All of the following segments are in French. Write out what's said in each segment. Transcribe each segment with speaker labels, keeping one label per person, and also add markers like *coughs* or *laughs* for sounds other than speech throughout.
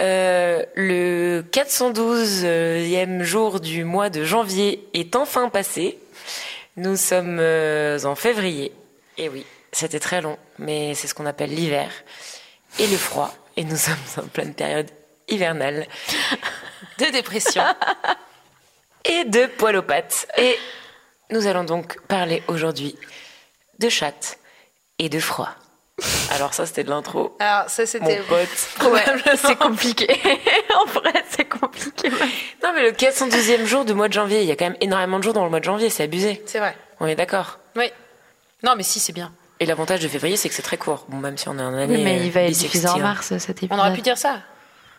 Speaker 1: Euh, le 412e jour du mois de janvier est enfin passé. Nous sommes euh, en février. Et oui, c'était très long, mais c'est ce qu'on appelle l'hiver et le froid. Et nous *laughs* sommes en pleine période hivernale
Speaker 2: de dépression
Speaker 1: et de poil aux pattes. Et nous allons donc parler aujourd'hui de chatte et de froid. Alors ça, c'était de l'intro.
Speaker 2: Alors ça c'était
Speaker 1: Mon pote.
Speaker 3: *laughs*
Speaker 2: Ouais,
Speaker 3: c'est compliqué. *laughs* en vrai, c'est compliqué.
Speaker 1: Non, mais le 412e jour du mois de janvier, il y a quand même énormément de jours dans le mois de janvier, c'est abusé.
Speaker 2: *laughs* c'est vrai.
Speaker 1: On est d'accord.
Speaker 2: Oui. Non mais si c'est bien.
Speaker 1: Et l'avantage de février, c'est que c'est très court. Bon, même si on est en année.
Speaker 3: Oui, mais il va
Speaker 1: euh,
Speaker 3: être diffusé en
Speaker 1: bissextile.
Speaker 3: mars cet épisode.
Speaker 2: On aurait pu dire ça.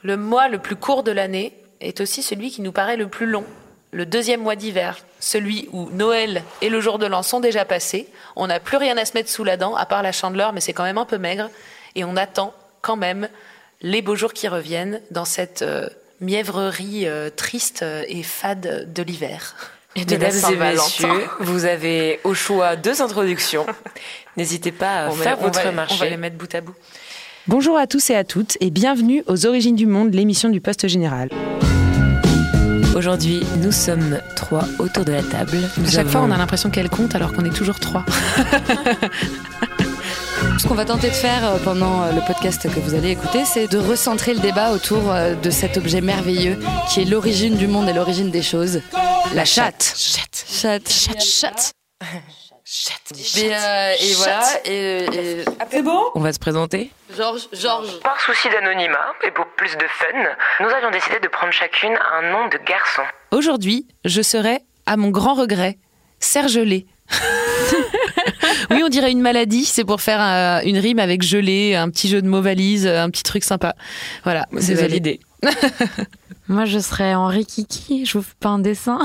Speaker 2: Le mois le plus court de l'année est aussi celui qui nous paraît le plus long. Le deuxième mois d'hiver, celui où Noël et le jour de l'an sont déjà passés, on n'a plus rien à se mettre sous la dent, à part la chandeleur, mais c'est quand même un peu maigre, et on attend quand même les beaux jours qui reviennent dans cette euh, mièvrerie euh, triste euh, et fade de l'hiver.
Speaker 3: Et de la
Speaker 1: Mesdames et
Speaker 3: Saint-Valentin.
Speaker 1: messieurs, vous avez au choix deux introductions. N'hésitez pas à
Speaker 2: On va-
Speaker 1: faire
Speaker 2: on
Speaker 1: votre
Speaker 2: va-
Speaker 1: marché.
Speaker 2: On va les mettre bout à bout.
Speaker 4: Bonjour à tous et à toutes et bienvenue aux Origines du Monde, l'émission du Poste Général.
Speaker 1: Aujourd'hui, nous sommes trois autour de la table. Nous
Speaker 2: chaque
Speaker 1: avons-
Speaker 2: fois, on a l'impression qu'elle compte alors qu'on est toujours trois.
Speaker 5: Ce qu'on va tenter de faire euh, pendant euh, le podcast que vous allez écouter, c'est de recentrer le débat autour euh, de cet objet merveilleux qui est l'origine du monde et l'origine des choses, la chatte.
Speaker 2: Chatte.
Speaker 5: Chatte. Chatte. Chatte. Mais, euh, et voilà. Et, et-
Speaker 1: Ah, on va se présenter.
Speaker 5: Georges, Georges.
Speaker 1: Par souci d'anonymat et pour plus de fun, nous avions décidé de prendre chacune un nom de garçon.
Speaker 2: Aujourd'hui, je serai, à mon grand regret, sergelée. oui, on dirait une maladie, c'est pour faire euh, une rime avec gelée, un petit jeu de mots valise, euh, un petit truc sympa. Voilà,
Speaker 1: C'est
Speaker 2: désolée.
Speaker 1: validé.
Speaker 3: Moi, je serais Henri Kiki. Je vous fais pas un dessin.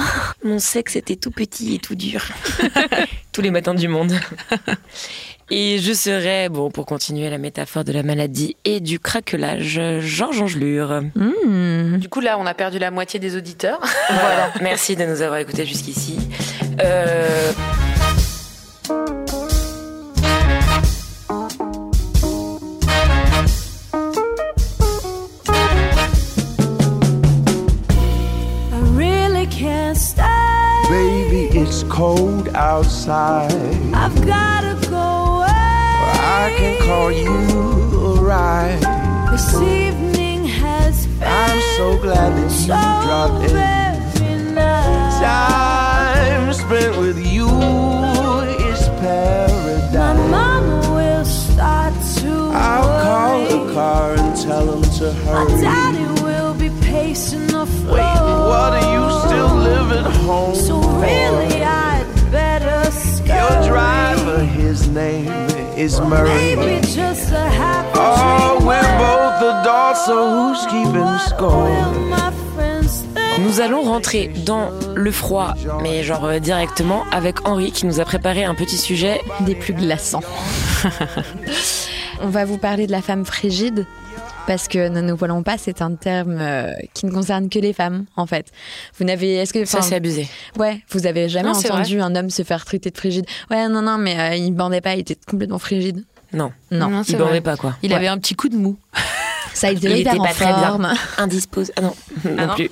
Speaker 1: Mon sexe était tout petit et tout dur. *laughs* Tous les matins du monde. *laughs* Et je serai, bon, pour continuer la métaphore de la maladie et du craquelage, Georges Angelure.
Speaker 3: Hmm.
Speaker 2: Du coup, là, on a perdu la moitié des *laughs* auditeurs.
Speaker 1: Voilà. Merci de nous avoir écoutés jusqu'ici. Euh,
Speaker 6: Baby, it's cold outside. I've gotta go away. I can call you a ride.
Speaker 7: This evening has
Speaker 6: I'm so glad that you dropped in. Time spent with you is paradise.
Speaker 7: mama will start to
Speaker 6: I'll call the car and tell him to hurry.
Speaker 7: Daddy will be pacing the floor.
Speaker 6: Wait, what are you still live at home?
Speaker 7: So
Speaker 6: for?
Speaker 7: really, I'd better scurry.
Speaker 6: Your driver, his name is Murray.
Speaker 7: Maybe just a half a
Speaker 6: Oh,
Speaker 7: drink
Speaker 6: we're both adults, so who's keeping
Speaker 7: What
Speaker 6: score?
Speaker 7: will my friends think?
Speaker 1: nous allons rentrer dans le froid, mais genre euh, directement avec Henri qui nous a préparé un petit sujet.
Speaker 2: Ah.
Speaker 3: Des plus glaçants. on va vous parler de la femme frigide. Parce que ne nous voilons pas, c'est un terme euh, qui ne concerne que les femmes, en fait. Vous n'avez, est-ce que,
Speaker 1: Ça,
Speaker 3: enfin,
Speaker 1: c'est abusé.
Speaker 3: ouais, vous avez jamais
Speaker 2: Non, c'est
Speaker 3: entendu un homme se faire traiter de frigide Ouais, non, non, mais euh, il bandait pas, il était complètement frigide.
Speaker 1: Non.
Speaker 3: Non,
Speaker 2: Non, Ah, c'est
Speaker 1: Il
Speaker 2: vrai.
Speaker 1: bandait pas, quoi.
Speaker 2: Il
Speaker 3: Ouais.
Speaker 2: avait un petit coup de mou.
Speaker 3: ça a été
Speaker 1: Il
Speaker 3: hyper
Speaker 1: était
Speaker 3: en
Speaker 1: pas très bien.
Speaker 3: forme.
Speaker 1: Indispose. Ah non, non,
Speaker 2: non.
Speaker 1: plus.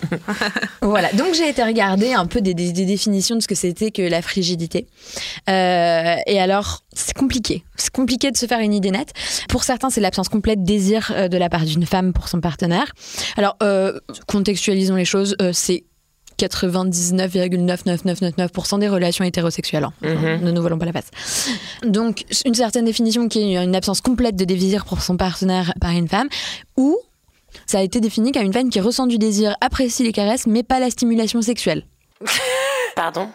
Speaker 3: Voilà, donc j'ai été regarder un peu des, des- des définitions de ce que c'était que la frigidité. Euh, et alors, c'est compliqué. C'est compliqué de se faire une idée nette. Pour certains, c'est l'absence complète de désir euh, de la part d'une femme pour son partenaire. Alors, euh, contextualisons les choses, euh, c'est 99,99999% des relations hétérosexuelles. hein.
Speaker 1: Mhm.
Speaker 3: Ne nous voilons pas la face. Donc, une certaine définition qui est une absence complète de désir pour son partenaire par une femme, ou ça a été défini comme une femme qui ressent du désir, apprécie les caresses, mais pas la stimulation sexuelle.
Speaker 1: Pardon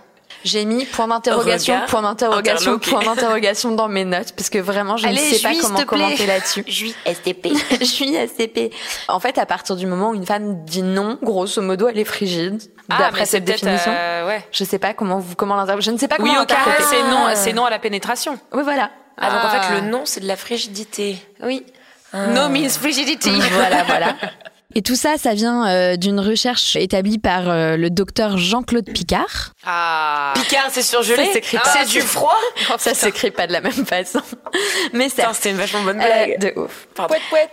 Speaker 3: J'ai mis point d'interrogation,
Speaker 1: Regard
Speaker 3: point d'interrogation,
Speaker 1: interloqué.
Speaker 3: point d'interrogation dans mes notes, parce que vraiment, je
Speaker 2: Allez,
Speaker 3: ne sais pas
Speaker 2: juice,
Speaker 3: comment
Speaker 2: s'il te plaît.
Speaker 3: commenter là-dessus.
Speaker 1: Juis STP.
Speaker 2: *laughs*
Speaker 3: je suis SCP. En fait, à partir du moment où une femme dit non, grosso modo, elle est frigide,
Speaker 2: Ah,
Speaker 3: d'après cette définition. Je sais pas comment vous comment l'inter- Je ne sais pas comment
Speaker 2: euh, Oui, au carré,
Speaker 3: l'interpréter.
Speaker 2: c'est non, c'est non à la pénétration.
Speaker 3: Oui, voilà.
Speaker 1: Ah, donc en
Speaker 2: Ah.
Speaker 1: fait, le nom, c'est de la frigidité.
Speaker 3: Oui.
Speaker 2: No means frigidity.
Speaker 3: voilà, voilà. *laughs* Et tout ça, ça vient euh, d'une recherche établie par euh, le docteur Jean-Claude Picard.
Speaker 2: Ah.
Speaker 1: Picard, c'est surgelé.
Speaker 3: Ça s'écrit
Speaker 1: Ah,
Speaker 3: pas.
Speaker 1: c'est du froid.
Speaker 2: Oh,
Speaker 3: ça s'écrit pas de la même façon. Mais
Speaker 1: Putain,
Speaker 3: ça.
Speaker 1: c'était une vachement bonne blague.
Speaker 3: Euh, de ouf.
Speaker 1: Pardon. Pouet,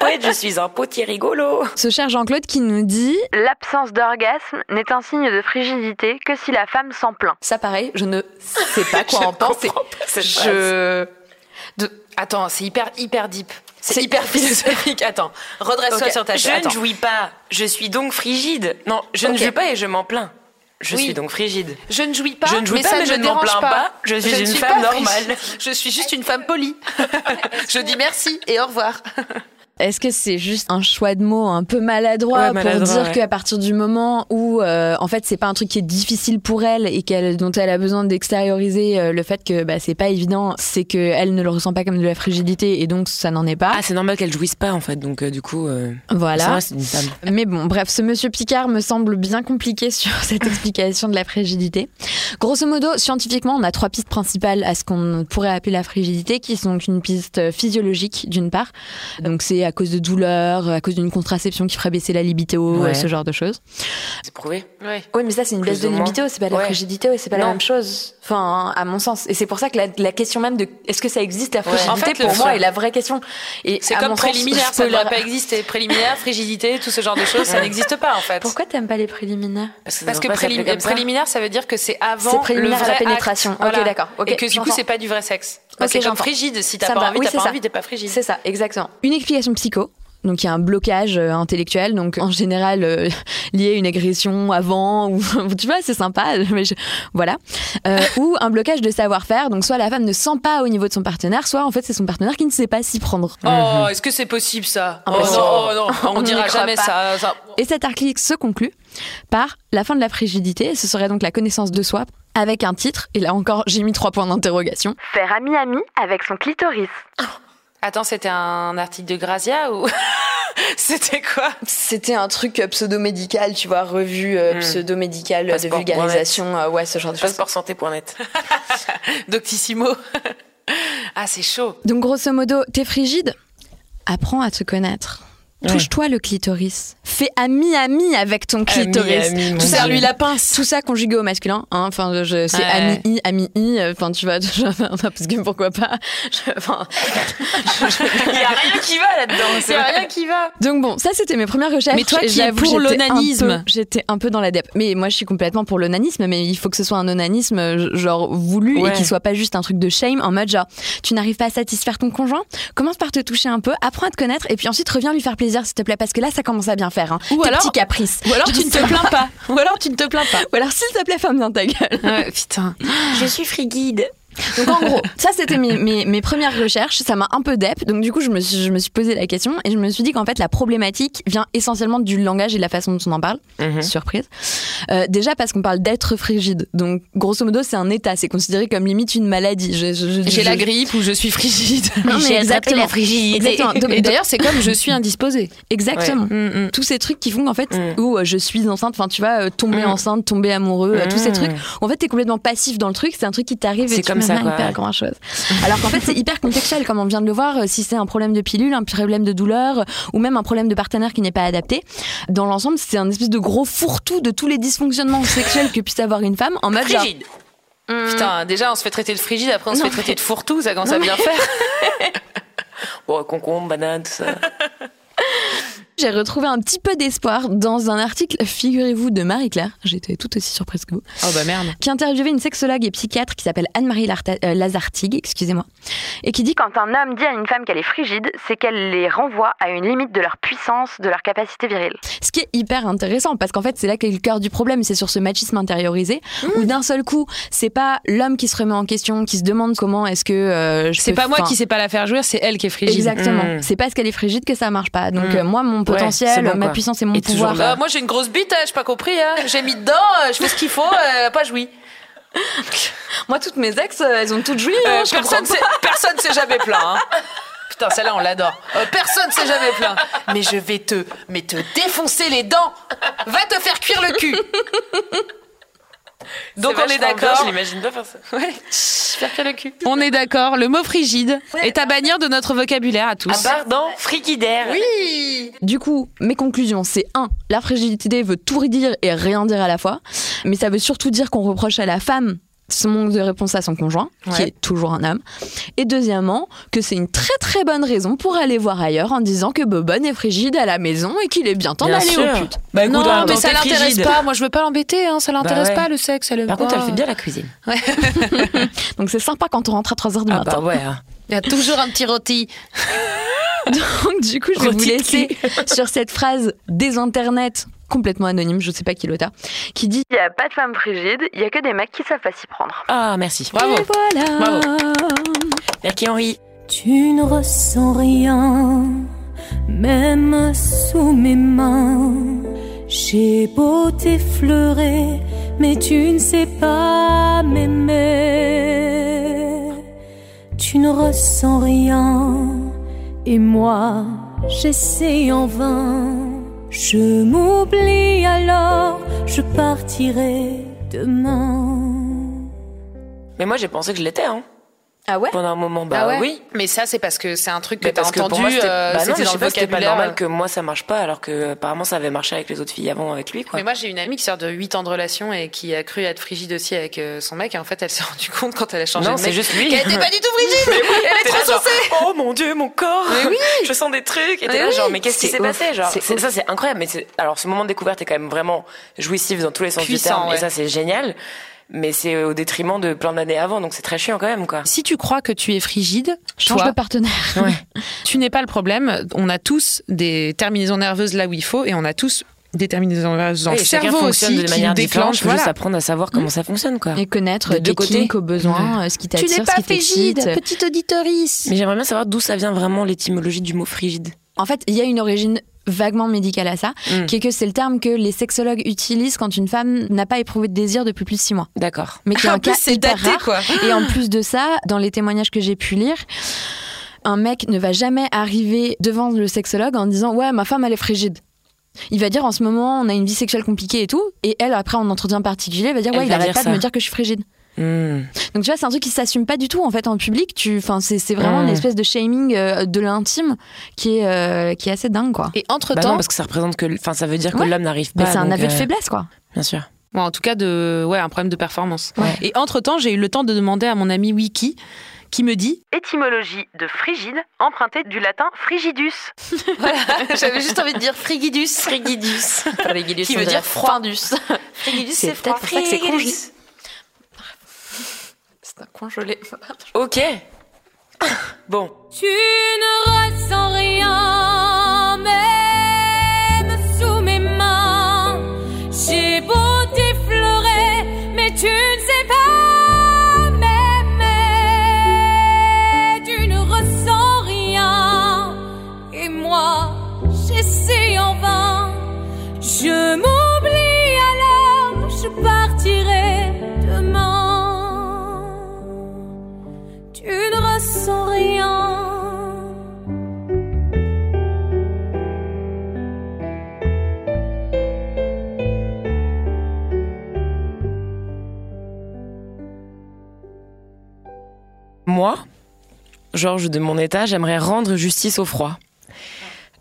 Speaker 1: pouet, je suis un potier rigolo.
Speaker 3: Ce cher Jean-Claude qui nous dit L'absence d'orgasme n'est un signe de frigidité que si la femme s'en plaint.
Speaker 5: Ça, pareil, je ne sais pas quoi en penser.
Speaker 1: comprends pas cette phrase.
Speaker 2: Je. De- Attends, c'est hyper, hyper deep. C'est
Speaker 5: C'est-
Speaker 2: hyper philosophique. Attends, redresse-toi
Speaker 1: Ok.
Speaker 2: sur ta chaise.
Speaker 1: Je ne
Speaker 2: Attends.
Speaker 1: jouis pas. Je suis donc frigide. Non, je ne
Speaker 2: Ok.
Speaker 1: jouis pas et je m'en plains. Je
Speaker 2: Oui.
Speaker 1: suis donc frigide.
Speaker 2: Je ne jouis pas,
Speaker 1: Je ne jouis
Speaker 2: mais
Speaker 1: pas,
Speaker 2: ça
Speaker 1: mais
Speaker 2: ne
Speaker 1: je
Speaker 2: me
Speaker 1: ne m'en
Speaker 2: dérange
Speaker 1: plains
Speaker 2: pas.
Speaker 1: pas. Je suis
Speaker 2: ne
Speaker 1: une femme
Speaker 2: pas riche.
Speaker 1: normale.
Speaker 2: Je suis juste une femme polie. je dis merci et au revoir.
Speaker 3: Est-ce que c'est juste un choix de mots un peu maladroit
Speaker 1: Ouais,
Speaker 3: pour
Speaker 1: maladroit,
Speaker 3: dire
Speaker 1: ouais.
Speaker 3: qu'à partir du moment où euh, en fait c'est pas un truc qui est difficile pour elle et qu'elle dont elle a besoin d'extérioriser euh, le fait que bah, c'est pas évident, c'est que elle ne le ressent pas comme de la frigidité et donc ça n'en est pas.
Speaker 1: c'est normal qu'elle jouisse pas en fait. Donc du coup,
Speaker 3: voilà.
Speaker 1: c'est une femme.
Speaker 3: Mais bon, bref, ce monsieur Picard me semble bien compliqué sur *laughs* cette explication de la frigidité. Grosso modo, scientifiquement, on a trois pistes principales à ce qu'on pourrait appeler la frigidité, qui sont une piste physiologique, d'une part. Donc, c'est à cause de douleurs, à cause d'une contraception qui ferait baisser la libido, euh,
Speaker 1: Ouais.
Speaker 3: ce genre de choses.
Speaker 1: C'est prouvé.
Speaker 3: Oui, mais ça, c'est une
Speaker 1: Plus
Speaker 3: baisse de
Speaker 1: ou moins.
Speaker 3: libido, c'est pas de la
Speaker 1: Ouais.
Speaker 3: frigidité, ouais, c'est pas
Speaker 1: Non.
Speaker 3: la même chose. Enfin, à mon sens. Et c'est pour ça que la, la question même de est-ce que ça existe, la frigidité,
Speaker 2: En fait, le
Speaker 3: pour moi,
Speaker 2: frein.
Speaker 3: est la vraie question. Et
Speaker 2: C'est
Speaker 3: à
Speaker 2: comme
Speaker 3: mon sens,
Speaker 2: préliminaire,
Speaker 3: je
Speaker 2: ça ne
Speaker 3: peux la-
Speaker 2: devrait pas exister. Préliminaire, frigidité, tout ce genre de choses, ça n'existe pas en fait.
Speaker 3: Pourquoi t'aimes pas les préliminaires
Speaker 1: Parce que,
Speaker 2: Parce que
Speaker 1: normalement, ça
Speaker 2: prélim-
Speaker 1: s'appelait comme ça.
Speaker 2: préliminaire, ça veut dire que c'est avant
Speaker 3: C'est préliminaire
Speaker 2: le
Speaker 3: à la
Speaker 2: vrai
Speaker 3: pénétration.
Speaker 2: acte.
Speaker 3: Ok, d'accord. Ok,
Speaker 2: et que du coup,
Speaker 3: j'entends.
Speaker 2: c'est pas du vrai sexe.
Speaker 3: Ok,
Speaker 2: c'est comme
Speaker 3: j'entends.
Speaker 2: frigide. Si t'as
Speaker 3: Ça
Speaker 2: pas
Speaker 3: va.
Speaker 2: envie,
Speaker 3: Oui,
Speaker 2: t'as
Speaker 3: c'est
Speaker 2: pas
Speaker 3: ça.
Speaker 2: envie, t'es pas frigide.
Speaker 3: C'est ça, exactement. Une explication psycho. Donc il y a un blocage euh, intellectuel, donc en général euh, *laughs* lié à une agression avant, ou *laughs* tu vois, c'est sympa, *laughs* mais je- voilà. Euh, ou un blocage de savoir-faire, donc soit la femme ne sent pas au niveau de son partenaire, soit en fait c'est son partenaire qui ne sait pas s'y prendre.
Speaker 2: Oh, est-ce que c'est possible ça Oh
Speaker 3: Impossible.
Speaker 2: non, oh, non, *laughs* on
Speaker 3: n'y
Speaker 2: dira
Speaker 3: croit
Speaker 2: jamais
Speaker 3: pas.
Speaker 2: ça. ça-
Speaker 3: Et cet article se conclut par la fin de la frigidité, ce serait donc la connaissance de soi, avec un titre, et là encore j'ai mis trois points d'interrogation.
Speaker 8: Faire ami-ami avec son clitoris.
Speaker 2: Attends, c'était un article de Grazia ou *laughs* c'était quoi
Speaker 3: C'était un truc euh, pseudo-médical, tu vois, revue euh,
Speaker 1: Hmm.
Speaker 3: pseudo-médicale
Speaker 1: de Passeport, vulgarisation,
Speaker 3: euh, ouais, ce genre de
Speaker 1: Passeport-santé.net.
Speaker 2: Doctissimo. *laughs* ah, c'est chaud.
Speaker 3: Donc grosso modo, t'es frigide Apprends à te connaître. Touche-toi le clitoris. Fais ami-ami avec ton clitoris.
Speaker 1: ami, mon
Speaker 3: Tout ça,
Speaker 1: Dieu.
Speaker 3: lui la pince. Tout ça conjugué au masculin. hein. Enfin, je, c'est
Speaker 2: Ouais.
Speaker 3: ami-i, ami-i. euh, Enfin, tu vois, *laughs* je- enfin, parce que pourquoi pas. Je- enfin,
Speaker 1: Il y a rien qui va là-dedans. C'est rien qui va.
Speaker 3: Donc bon, ça c'était mes premières recherches.
Speaker 2: Mais toi
Speaker 3: Et
Speaker 2: qui es
Speaker 3: j'avoue,
Speaker 2: pour
Speaker 3: j'étais
Speaker 2: l'onanisme.
Speaker 3: un peu- J'étais un peu dans la dep. Mais moi je suis complètement pour l'onanisme, mais il faut que ce soit un onanisme euh, genre voulu et
Speaker 1: Ouais.
Speaker 3: qu'il soit pas juste un truc de shame en mode genre tu n'arrives pas à satisfaire ton conjoint, commence par te toucher un peu, apprends à te connaître et puis ensuite reviens lui faire plaisir s'il te plaît parce que là ça commence à bien faire. Hein.
Speaker 2: Ou
Speaker 3: Tes
Speaker 2: alors-
Speaker 3: petits caprices.
Speaker 2: Ou alors tu ne te plains pas. Ou alors tu ne te plains pas.
Speaker 3: Ou alors s'il te plaît ferme bien ta gueule.
Speaker 2: putain.
Speaker 1: Je suis frigide.
Speaker 3: Donc en gros, ça c'était mes, mes, mes premières recherches, ça m'a un peu dep, donc du coup je me, suis, je me suis posé la question et je me suis dit qu'en fait la problématique vient essentiellement du langage et de la façon dont on en parle,
Speaker 1: Mhm.
Speaker 3: surprise. Euh, déjà parce qu'on parle d'être frigide, donc grosso modo c'est un état, c'est considéré comme limite une maladie. Je- je- je-
Speaker 2: J'ai
Speaker 3: je-
Speaker 2: la grippe ou je suis frigide.
Speaker 3: Non, mais exactement. Exactement. Donc,
Speaker 2: Et d'ailleurs, c'est comme je suis indisposée.
Speaker 3: Exactement. Tous ces trucs qui font qu'en fait,
Speaker 1: Mm.
Speaker 3: où euh, je suis enceinte, enfin tu vois, euh, tomber
Speaker 1: Mm.
Speaker 3: enceinte, tomber amoureux, euh, tous ces
Speaker 1: Mm.
Speaker 3: trucs, en fait t'es complètement passif dans le truc, c'est un truc qui t'arrive et
Speaker 1: C'est
Speaker 3: tu
Speaker 1: comme
Speaker 3: mets
Speaker 1: ça,
Speaker 3: pas
Speaker 1: quoi,
Speaker 3: hyper
Speaker 1: ouais.
Speaker 3: grand chose. Alors qu'en fait c'est hyper contextuel comme on vient de le voir, euh, si c'est un problème de pilule, un problème de douleur euh, ou même un problème de partenaire qui n'est pas adapté, dans l'ensemble c'est un espèce de gros fourre-tout de tous les dysfonctionnements sexuels que puisse avoir une femme en mode genre,
Speaker 1: Frigide.
Speaker 2: Putain, déjà, on se fait traiter de frigide, après, on se
Speaker 3: Non,
Speaker 2: fait traiter de fourre-tout, ça commence à bien faire.
Speaker 1: Oh, concombre, banane, tout ça.
Speaker 3: J'ai retrouvé un petit peu d'espoir dans un article, figurez-vous, de Marie-Claire, j'étais tout aussi surprise que vous,
Speaker 2: Oh bah merde.
Speaker 3: qui interviewait une sexologue et psychiatre qui s'appelle Anne-Marie Larta- euh, Lazartigue, excusez-moi, et qui dit
Speaker 8: Quand un homme dit à une femme qu'elle est frigide, c'est qu'elle les renvoie à une limite de leur puissance, de leur capacité virile.
Speaker 3: Ce qui est hyper intéressant parce qu'en fait, c'est là qu'est le cœur du problème, c'est sur ce machisme intériorisé
Speaker 2: Mmh.
Speaker 3: où d'un seul coup, c'est pas l'homme qui se remet en question, qui se demande comment est-ce que euh, je
Speaker 2: C'est
Speaker 3: peux-
Speaker 2: pas moi
Speaker 3: enfin,
Speaker 2: qui sais pas la faire jouer, c'est elle qui est frigide.
Speaker 3: Exactement.
Speaker 1: Mm.
Speaker 3: C'est parce qu'elle est frigide que ça marche pas. Donc
Speaker 1: Mm.
Speaker 3: euh, moi, mon potentiel,
Speaker 1: c'est bon,
Speaker 3: ma
Speaker 1: quoi.
Speaker 3: puissance et mon
Speaker 1: Et toujours
Speaker 3: pouvoir.
Speaker 1: là.
Speaker 2: Euh, moi, j'ai une grosse bite, hein, j'ai pas compris. hein. J'ai mis dedans, euh, je fais ce qu'il faut, euh, pas joui.
Speaker 3: Moi, toutes mes ex, euh, elles ont toutes joué.
Speaker 2: Euh,
Speaker 3: hein, je
Speaker 2: personne s'est personne s'est jamais plaint. hein. Putain, celle-là, on l'adore. Euh, personne s'est jamais plaint. Mais je vais te, mais te défoncer les dents. Va te faire cuire le cul. Donc
Speaker 1: C'est
Speaker 2: on
Speaker 1: vachement
Speaker 2: est
Speaker 1: bien,
Speaker 2: d'accord.
Speaker 1: Je l'imagine pas faire ça.
Speaker 2: Ouais.
Speaker 1: Faire que le cul.
Speaker 4: On est d'accord, le mot frigide est à bannir de notre vocabulaire à tous.
Speaker 1: À part dans Frigidaire. Oui.
Speaker 3: Du coup, mes conclusions, c'est 1. La fragilité veut tout dire et rien dire à la fois, mais ça veut surtout dire qu'on reproche à la femme son manque de réponse à son conjoint, qui
Speaker 2: Ouais.
Speaker 3: est toujours un homme. Et deuxièmement, que c'est une très très bonne raison pour aller voir ailleurs en disant que Bobonne est frigide à la maison et qu'il est bien temps
Speaker 1: Bien
Speaker 3: d'aller
Speaker 1: sûr.
Speaker 3: au pute.
Speaker 1: Bah, écoute,
Speaker 2: Non,
Speaker 1: en même
Speaker 2: mais
Speaker 1: temps,
Speaker 2: ça
Speaker 1: t'es
Speaker 2: l'intéresse
Speaker 1: frigide. Bah
Speaker 2: pas. Moi, je veux pas l'embêter. Hein. Ça l'intéresse
Speaker 1: ouais.
Speaker 2: pas le sexe. Elle aime
Speaker 1: Par contre,
Speaker 2: pas.
Speaker 1: elle fait bien la cuisine.
Speaker 3: Donc c'est sympa quand on rentre à 3h du
Speaker 1: Ah
Speaker 3: matin.
Speaker 1: bah ouais.
Speaker 2: Il y a toujours un petit rôti.
Speaker 3: Donc du coup, je vais vous
Speaker 1: Rôti de
Speaker 3: laisser sur cette phrase des internets complètement anonyme, je sais pas qui l'auteur, qui dit
Speaker 8: Il n'y a pas de femme frigide, il n'y a que des mecs qui savent pas s'y prendre.
Speaker 1: Ah merci.
Speaker 2: Bravo.
Speaker 3: Et voilà.
Speaker 2: ben.
Speaker 1: Merci Henri.
Speaker 7: Tu ne ressens rien, même sous mes mains. J'ai beau t'effleurer, mais tu ne sais pas m'aimer. Tu ne ressens rien, et moi, j'essaie en vain. Je m'oublie alors, je partirai demain.
Speaker 1: Mais moi j'ai pensé que je l'étais hein.
Speaker 3: Ah ouais
Speaker 1: Pendant un moment bah
Speaker 2: Ah ouais
Speaker 1: oui.
Speaker 2: Mais ça, c'est parce que c'est un truc que
Speaker 1: Mais
Speaker 2: t'as
Speaker 1: parce que pour
Speaker 2: entendu.
Speaker 1: moi c'était
Speaker 2: euh,
Speaker 1: bah non,
Speaker 2: c'était
Speaker 1: mais je
Speaker 2: dans
Speaker 1: sais
Speaker 2: le
Speaker 1: pas, c'était pas
Speaker 2: vocabulaire. euh.
Speaker 1: normal que moi ça marche pas alors que euh, apparemment ça avait marché avec les autres filles avant avec lui quoi.
Speaker 2: Mais moi, j'ai une amie qui sort de 8 ans de relation et qui a cru être frigide aussi avec euh, son mec. Et en fait, elle s'est *laughs* rendue compte quand elle a changé
Speaker 1: non
Speaker 2: de
Speaker 1: c'est
Speaker 2: mec
Speaker 1: juste lui. *laughs*
Speaker 2: qu'elle était pas du tout frigide. elle est
Speaker 1: T'es là,
Speaker 2: trop
Speaker 1: genre,
Speaker 2: censée.
Speaker 1: Oh mon dieu, mon corps.
Speaker 2: Mais oui.
Speaker 1: *laughs* Je sens des trucs. Et t'es
Speaker 2: Mais
Speaker 1: là,
Speaker 2: oui.
Speaker 1: genre, mais qu'est-ce qui
Speaker 2: C'est
Speaker 1: s'est
Speaker 2: ouf.
Speaker 1: passé, genre
Speaker 2: C'est
Speaker 1: C'est- Ça, c'est incroyable. Mais c'est, alors, ce moment de découverte est quand même vraiment jouissif dans tous les sens
Speaker 2: Puissant,
Speaker 1: du terme.
Speaker 2: ouais.
Speaker 1: Et ça, c'est génial. Mais c'est au détriment de plein d'années avant, donc c'est très chiant quand même, quoi.
Speaker 4: Si tu crois que tu es frigide,
Speaker 3: Change
Speaker 4: toi,
Speaker 3: de partenaire.
Speaker 4: tu n'es pas le problème. On a tous des terminaisons nerveuses là où il faut et on a tous des terminaisons nerveuses dans
Speaker 1: Oui,
Speaker 4: le cerveau aussi qui déclenchent.
Speaker 1: Faut
Speaker 4: Voilà.
Speaker 1: juste apprendre à savoir comment ça fonctionne, quoi.
Speaker 3: Mmh. Et connaître
Speaker 1: Des
Speaker 3: tes
Speaker 1: deux côtés.
Speaker 3: kinks au besoin, euh, ce qui t'attire, ce qui t'excite.
Speaker 4: petite auditorice.
Speaker 1: Mais j'aimerais bien savoir d'où ça vient vraiment l'étymologie du mot frigide.
Speaker 3: En fait, il y a une origine vaguement médicale à ça,
Speaker 1: Mm.
Speaker 3: qui est que c'est le terme que les sexologues utilisent quand une femme n'a pas éprouvé de désir depuis plus de six mois.
Speaker 1: D'accord.
Speaker 3: Mais qui est
Speaker 4: En
Speaker 3: un cas
Speaker 4: plus, c'est
Speaker 3: hyper
Speaker 4: daté
Speaker 3: rare.
Speaker 4: quoi.
Speaker 3: Et en plus de ça, dans les témoignages que j'ai pu lire, un mec ne va jamais arriver devant le sexologue en disant ouais ma femme elle est frigide. Il va dire en ce moment on a une vie sexuelle compliquée et tout, et elle après en entretien particulier va dire
Speaker 1: Elle
Speaker 3: ouais il
Speaker 1: va
Speaker 3: arrête
Speaker 1: dire
Speaker 3: pas
Speaker 1: ça.
Speaker 3: de me dire que je suis frigide.
Speaker 1: Hmm.
Speaker 3: Donc tu vois c'est un truc qui s'assume pas du tout en fait en public. Tu, enfin c'est c'est vraiment
Speaker 1: Mm.
Speaker 3: une espèce de shaming euh, de l'intime qui est euh, qui est assez dingue quoi.
Speaker 2: Et
Speaker 1: Bah
Speaker 2: entre-temps,
Speaker 1: non, parce que ça représente que, enfin, ça veut dire que
Speaker 3: Ouais.
Speaker 1: l'homme n'arrive pas.
Speaker 3: Bah, c'est un
Speaker 1: donc,
Speaker 3: aveu de
Speaker 1: euh,
Speaker 3: faiblesse quoi.
Speaker 1: Bien sûr.
Speaker 4: Ouais, en tout cas, de, ouais, un problème de performance.
Speaker 1: Ouais.
Speaker 4: Et entre-temps, j'ai eu le temps de demander à mon ami Wiki, qui me dit
Speaker 8: Étymologie de frigide, empruntée du latin frigidus.
Speaker 2: j'avais juste envie de dire frigidus. Frigidus. qui veut dire froidus. Frigidus, c'est froid.
Speaker 1: peut-être pour ça que c'est
Speaker 2: Frigidus. C'est un congelé.
Speaker 1: Ok. *coughs* Bon.
Speaker 7: Tu ne ressens rien, même sous mes mains. J'ai beau t'effleurer, mais tu ne sais pas m'aimer. Tu ne ressens rien, et moi, j'essaie en vain. Je m'oublie alors, je partirai demain tu ne ressens rien.
Speaker 1: Moi, Georges de mon état, j'aimerais rendre justice au froid.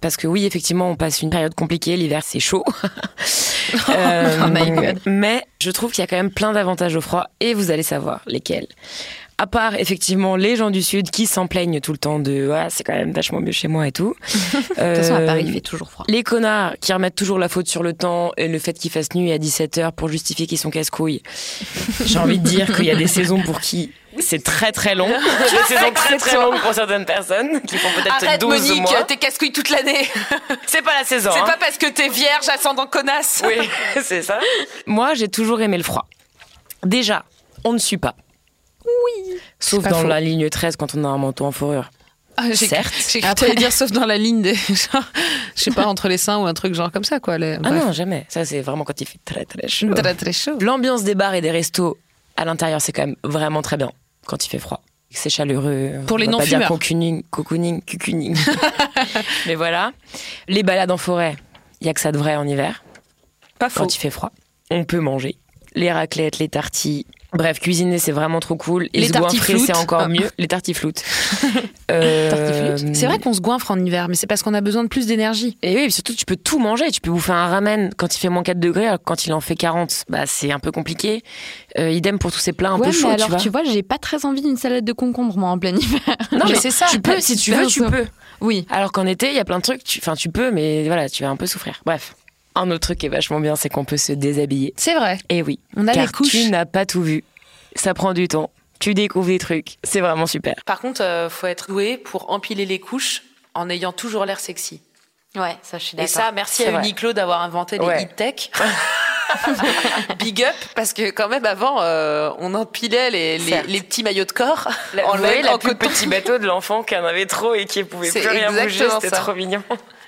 Speaker 1: Parce que oui, effectivement, on passe une période compliquée, l'hiver c'est
Speaker 3: *laughs*
Speaker 1: chaud. *laughs*
Speaker 3: Oh
Speaker 1: Euh, mais je trouve qu'il y a quand même plein d'avantages au froid et vous allez savoir lesquels. À part effectivement les gens du sud qui s'en plaignent tout le temps de ah, c'est quand même vachement mieux chez moi et tout.
Speaker 3: *laughs*
Speaker 1: Euh,
Speaker 3: De toute façon à Paris il fait toujours froid.
Speaker 1: Les connards qui remettent toujours la faute sur le temps et le fait qu'il fasse nuit à 17h pour justifier qu'ils sont casse-couilles. J'ai envie de dire qu'il y a des saisons pour qui c'est très très
Speaker 3: *laughs*
Speaker 1: long. Des saisons très très longues pour certaines personnes qui font peut-être
Speaker 2: Arrête,
Speaker 1: 12
Speaker 2: Monique,
Speaker 1: mois.
Speaker 2: t'es casse-couille toute l'année.
Speaker 1: C'est pas la saison.
Speaker 2: C'est
Speaker 1: hein.
Speaker 2: pas parce que t'es vierge, ascendant connasse.
Speaker 1: *laughs* Oui, c'est ça. Moi, j'ai toujours aimé le froid. Déjà, on ne sue pas. Oui. Sauf
Speaker 4: pas
Speaker 1: dans
Speaker 4: faux. Ah,
Speaker 1: la ligne 13 quand on a un manteau en fourrure.
Speaker 4: j'ai-
Speaker 1: Certes.
Speaker 4: J'ai cru que t'allais dire sauf dans la ligne des. *laughs* Genre, je sais pas, entre les seins ou un truc genre comme ça, quoi. les-
Speaker 1: Ah
Speaker 4: Euh, bref.
Speaker 1: non, jamais. Ça, c'est vraiment quand il fait très très chaud.
Speaker 4: Très très chaud.
Speaker 1: L'ambiance des bars et des restos à l'intérieur, c'est quand même vraiment très bien quand il fait froid. C'est chaleureux.
Speaker 4: Pour
Speaker 1: On
Speaker 4: les
Speaker 1: va pas
Speaker 4: non-fumeurs.
Speaker 1: dire cocooning, cocooning,
Speaker 4: *laughs*
Speaker 1: cucooning. Mais voilà. Les balades en forêt, il y a que ça de vrai en hiver
Speaker 4: Pas faux.
Speaker 1: quand il fait froid. On peut manger. Les raclettes, les tartis, Bref, cuisiner, c'est vraiment trop cool. Et
Speaker 4: Les
Speaker 1: se goinfrer,
Speaker 4: tartiflutes.
Speaker 1: c'est encore
Speaker 4: Ah.
Speaker 1: mieux. Les
Speaker 4: *laughs*
Speaker 1: tartiflutes. Euh,
Speaker 4: Tartiflute. C'est vrai qu'on se goinfre en hiver, mais c'est parce qu'on a besoin de plus d'énergie.
Speaker 1: Et oui, surtout, tu peux tout manger. Tu peux bouffer un ramen quand il fait moins 4 degrés, alors que quand il en fait 40, bah, c'est un peu compliqué. Euh, idem pour tous ces plats un peu
Speaker 3: ouais, mais
Speaker 1: chauds,
Speaker 3: alors
Speaker 1: tu vois.
Speaker 3: j'ai pas très envie d'une salade de concombre moi en plein *laughs* hiver.
Speaker 1: Non, mais
Speaker 4: c'est ça.
Speaker 1: Tu
Speaker 3: Bah,
Speaker 1: peux, si tu veux, tu peux.
Speaker 3: Oui.
Speaker 1: Alors qu'en été, il y a plein de trucs. tu- Enfin, tu peux, mais voilà, tu vas un peu souffrir. Bref. Un autre truc qui est vachement bien, c'est qu'on peut se déshabiller.
Speaker 4: C'est vrai.
Speaker 1: Et oui.
Speaker 4: On a
Speaker 1: car
Speaker 4: les couches.
Speaker 1: tu n'as pas tout vu. Ça prend du temps. Tu découvres des trucs. C'est vraiment super.
Speaker 2: Par contre, euh, faut être doué pour empiler les couches en ayant toujours l'air sexy.
Speaker 3: Ouais, ça je suis
Speaker 2: Et ça, merci
Speaker 1: C'est
Speaker 2: à
Speaker 1: vrai.
Speaker 2: Uniqlo d'avoir inventé les
Speaker 1: Ouais.
Speaker 2: hit tech. *laughs* Big up, parce que quand même avant, euh, on empilait les, les,
Speaker 1: Certes.
Speaker 2: les petits maillots de corps
Speaker 1: La,
Speaker 2: en
Speaker 1: vous voyez
Speaker 2: laine,
Speaker 1: la
Speaker 2: en
Speaker 1: pub
Speaker 2: coton.
Speaker 1: petit bateau de l'enfant qui en avait trop et qui pouvait
Speaker 2: C'est
Speaker 1: plus rien bouger,
Speaker 2: exactement
Speaker 1: c'était
Speaker 2: ça.
Speaker 1: trop mignon.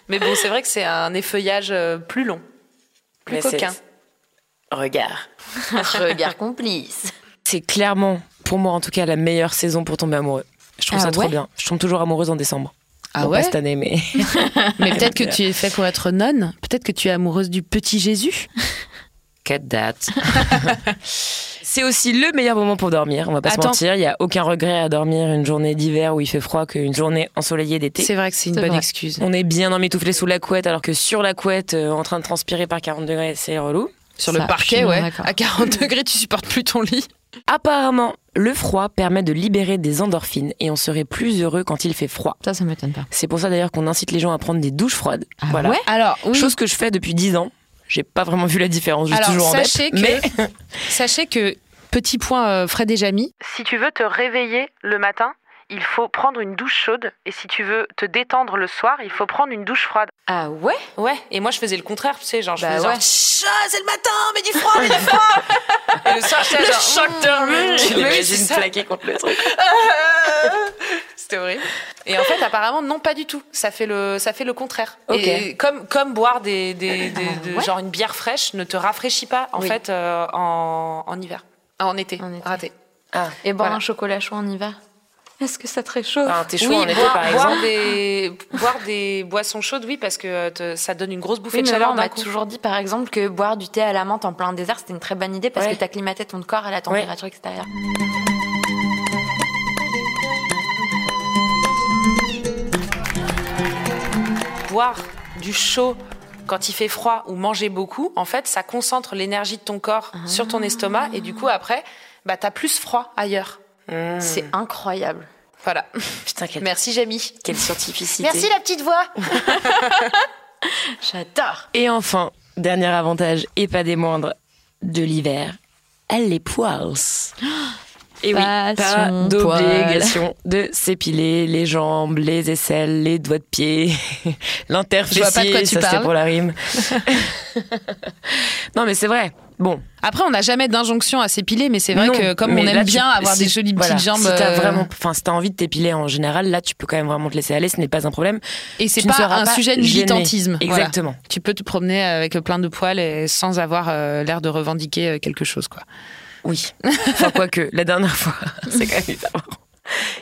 Speaker 2: Mais bon, c'est vrai que c'est un effeuillage euh, plus long, plus
Speaker 1: Mais c'est-
Speaker 2: coquin.
Speaker 1: Regarde.
Speaker 3: regard complice.
Speaker 1: C'est clairement, pour moi en tout cas, la meilleure saison pour tomber amoureux. Je trouve
Speaker 3: Ah
Speaker 1: ça trop
Speaker 3: ouais
Speaker 1: bien. Je tombe toujours amoureuse en décembre.
Speaker 4: Ah
Speaker 1: Bon,
Speaker 4: ouais
Speaker 1: Pas cette année, mais.
Speaker 4: Mais peut-être que tu es fait pour être nonne. Peut-être que tu es amoureuse du petit Jésus.
Speaker 1: Cut that. *laughs* c'est aussi le meilleur moment pour dormir. On va pas se
Speaker 4: Attends.
Speaker 1: mentir. Il y a aucun regret à dormir une journée d'hiver où il fait froid qu'une journée ensoleillée d'été.
Speaker 4: C'est vrai que c'est une
Speaker 3: C'est
Speaker 4: bonne
Speaker 3: vrai.
Speaker 4: excuse.
Speaker 1: On est bien emmitouflé sous la couette alors que sur la couette, euh, en train de transpirer par 40 degrés, c'est relou.
Speaker 4: Sur
Speaker 3: Ça,
Speaker 4: le
Speaker 3: je
Speaker 4: parquet,
Speaker 3: suis
Speaker 4: ouais.
Speaker 3: d'accord.
Speaker 4: À 40 degrés, tu supportes plus ton lit.
Speaker 1: Apparemment, le froid permet de libérer des endorphines et on serait plus heureux quand il fait froid.
Speaker 3: Ça ça m'étonne pas.
Speaker 1: C'est pour ça d'ailleurs qu'on incite les gens à prendre des douches froides.
Speaker 3: Ah
Speaker 1: voilà.
Speaker 3: ouais
Speaker 4: Alors, oui.
Speaker 1: Chose que je fais depuis 10 ans. J'ai pas vraiment vu la différence, je suis
Speaker 4: Alors,
Speaker 1: toujours en
Speaker 4: sachez
Speaker 1: dette,
Speaker 4: que-
Speaker 1: mais
Speaker 4: Sachez que, petit point euh, Fred et Jamy,
Speaker 8: Si tu veux te réveiller le matin, il faut prendre une douche chaude. Et si tu veux te détendre le soir, il faut prendre une douche froide.
Speaker 3: Ah ouais
Speaker 2: Ouais, et moi je faisais le contraire, tu sais, genre je
Speaker 3: Bah
Speaker 2: faisais genre,
Speaker 3: ouais.
Speaker 2: Chut, ah, c'est le matin, mais du froid, mais du froid *laughs* Et le soir, j'étais là, genre,
Speaker 1: *laughs*
Speaker 4: *laughs*
Speaker 1: je
Speaker 2: Mais oui,
Speaker 1: l'imagine
Speaker 2: c'est ça.
Speaker 1: plaquer contre le truc.
Speaker 2: C'était horrible. Et en fait, apparemment, non, pas du tout. Ça fait le, ça fait le contraire.
Speaker 1: Ok.
Speaker 2: Et comme, comme boire des, des, des- de-
Speaker 3: ouais.
Speaker 2: genre une bière fraîche ne te rafraîchit pas, en
Speaker 3: Oui.
Speaker 2: fait, euh, en, en hiver. Ah, En été.
Speaker 3: En été.
Speaker 2: Raté.
Speaker 3: Et boire
Speaker 2: Voilà.
Speaker 3: un chocolat chaud en hiver. Est-ce que ça te réchauffe
Speaker 1: Enfin, t'es chaud
Speaker 2: oui,
Speaker 1: en été
Speaker 2: boire,
Speaker 1: par
Speaker 2: boire
Speaker 1: exemple.
Speaker 2: des, boire des boissons chaudes, oui, parce que euh, te- ça donne une grosse bouffée
Speaker 3: Oui,
Speaker 2: de
Speaker 3: mais alors,
Speaker 2: chaleur
Speaker 3: on
Speaker 2: d'un
Speaker 3: m'a
Speaker 2: coup.
Speaker 3: toujours dit, par exemple, que boire du thé à la menthe en plein désert, c'était une très bonne idée parce
Speaker 1: Ouais.
Speaker 3: que t'acclimatais ton corps à la température extérieure.
Speaker 2: boire du chaud quand il fait froid ou manger beaucoup, en fait, ça concentre l'énergie de ton corps
Speaker 4: Ah.
Speaker 2: sur ton estomac et du coup, après, bah, t'as plus froid ailleurs.
Speaker 3: C'est incroyable.
Speaker 4: *laughs*
Speaker 2: Voilà.
Speaker 1: Putain, quelle,
Speaker 2: Merci, Jamie.
Speaker 1: quelle scientificité.
Speaker 2: Merci, la petite voix.
Speaker 3: J'adore.
Speaker 1: Et enfin, dernier avantage, et pas des moindres, de l'hiver, les
Speaker 4: *gasps*
Speaker 1: poils. Et oui, pas
Speaker 3: Passion,
Speaker 1: d'obligation de s'épiler les jambes, les aisselles, les doigts de pied, *laughs*
Speaker 4: Je vois pas de quoi
Speaker 1: l'interfessier,
Speaker 4: tu
Speaker 1: ça c'était
Speaker 4: parles.
Speaker 1: pour la
Speaker 4: *laughs*
Speaker 1: rime. *laughs* non mais c'est vrai. Bon,
Speaker 4: après, on n'a jamais d'injonction à s'épiler, mais c'est vrai
Speaker 1: non,
Speaker 4: que comme
Speaker 1: mais
Speaker 4: on
Speaker 1: là,
Speaker 4: aime
Speaker 1: tu-
Speaker 4: bien avoir
Speaker 1: si-
Speaker 4: des jolies
Speaker 1: voilà,
Speaker 4: petites jambes,
Speaker 1: si t'as
Speaker 4: euh,
Speaker 1: vraiment, enfin si t'as envie de t'épiler en général, là tu peux quand même vraiment te laisser aller, ce n'est pas un problème.
Speaker 4: et c'est
Speaker 1: Tu ne
Speaker 4: pas
Speaker 1: seras
Speaker 4: un sujet de
Speaker 1: gêné.
Speaker 4: militantisme. Voilà.
Speaker 1: Exactement.
Speaker 4: Tu peux te promener avec plein de poils et sans avoir euh, l'air de revendiquer euh, quelque chose, quoi.
Speaker 1: Oui. Enfin, quoique, la dernière fois, *laughs* c'est quand même hyper marrant.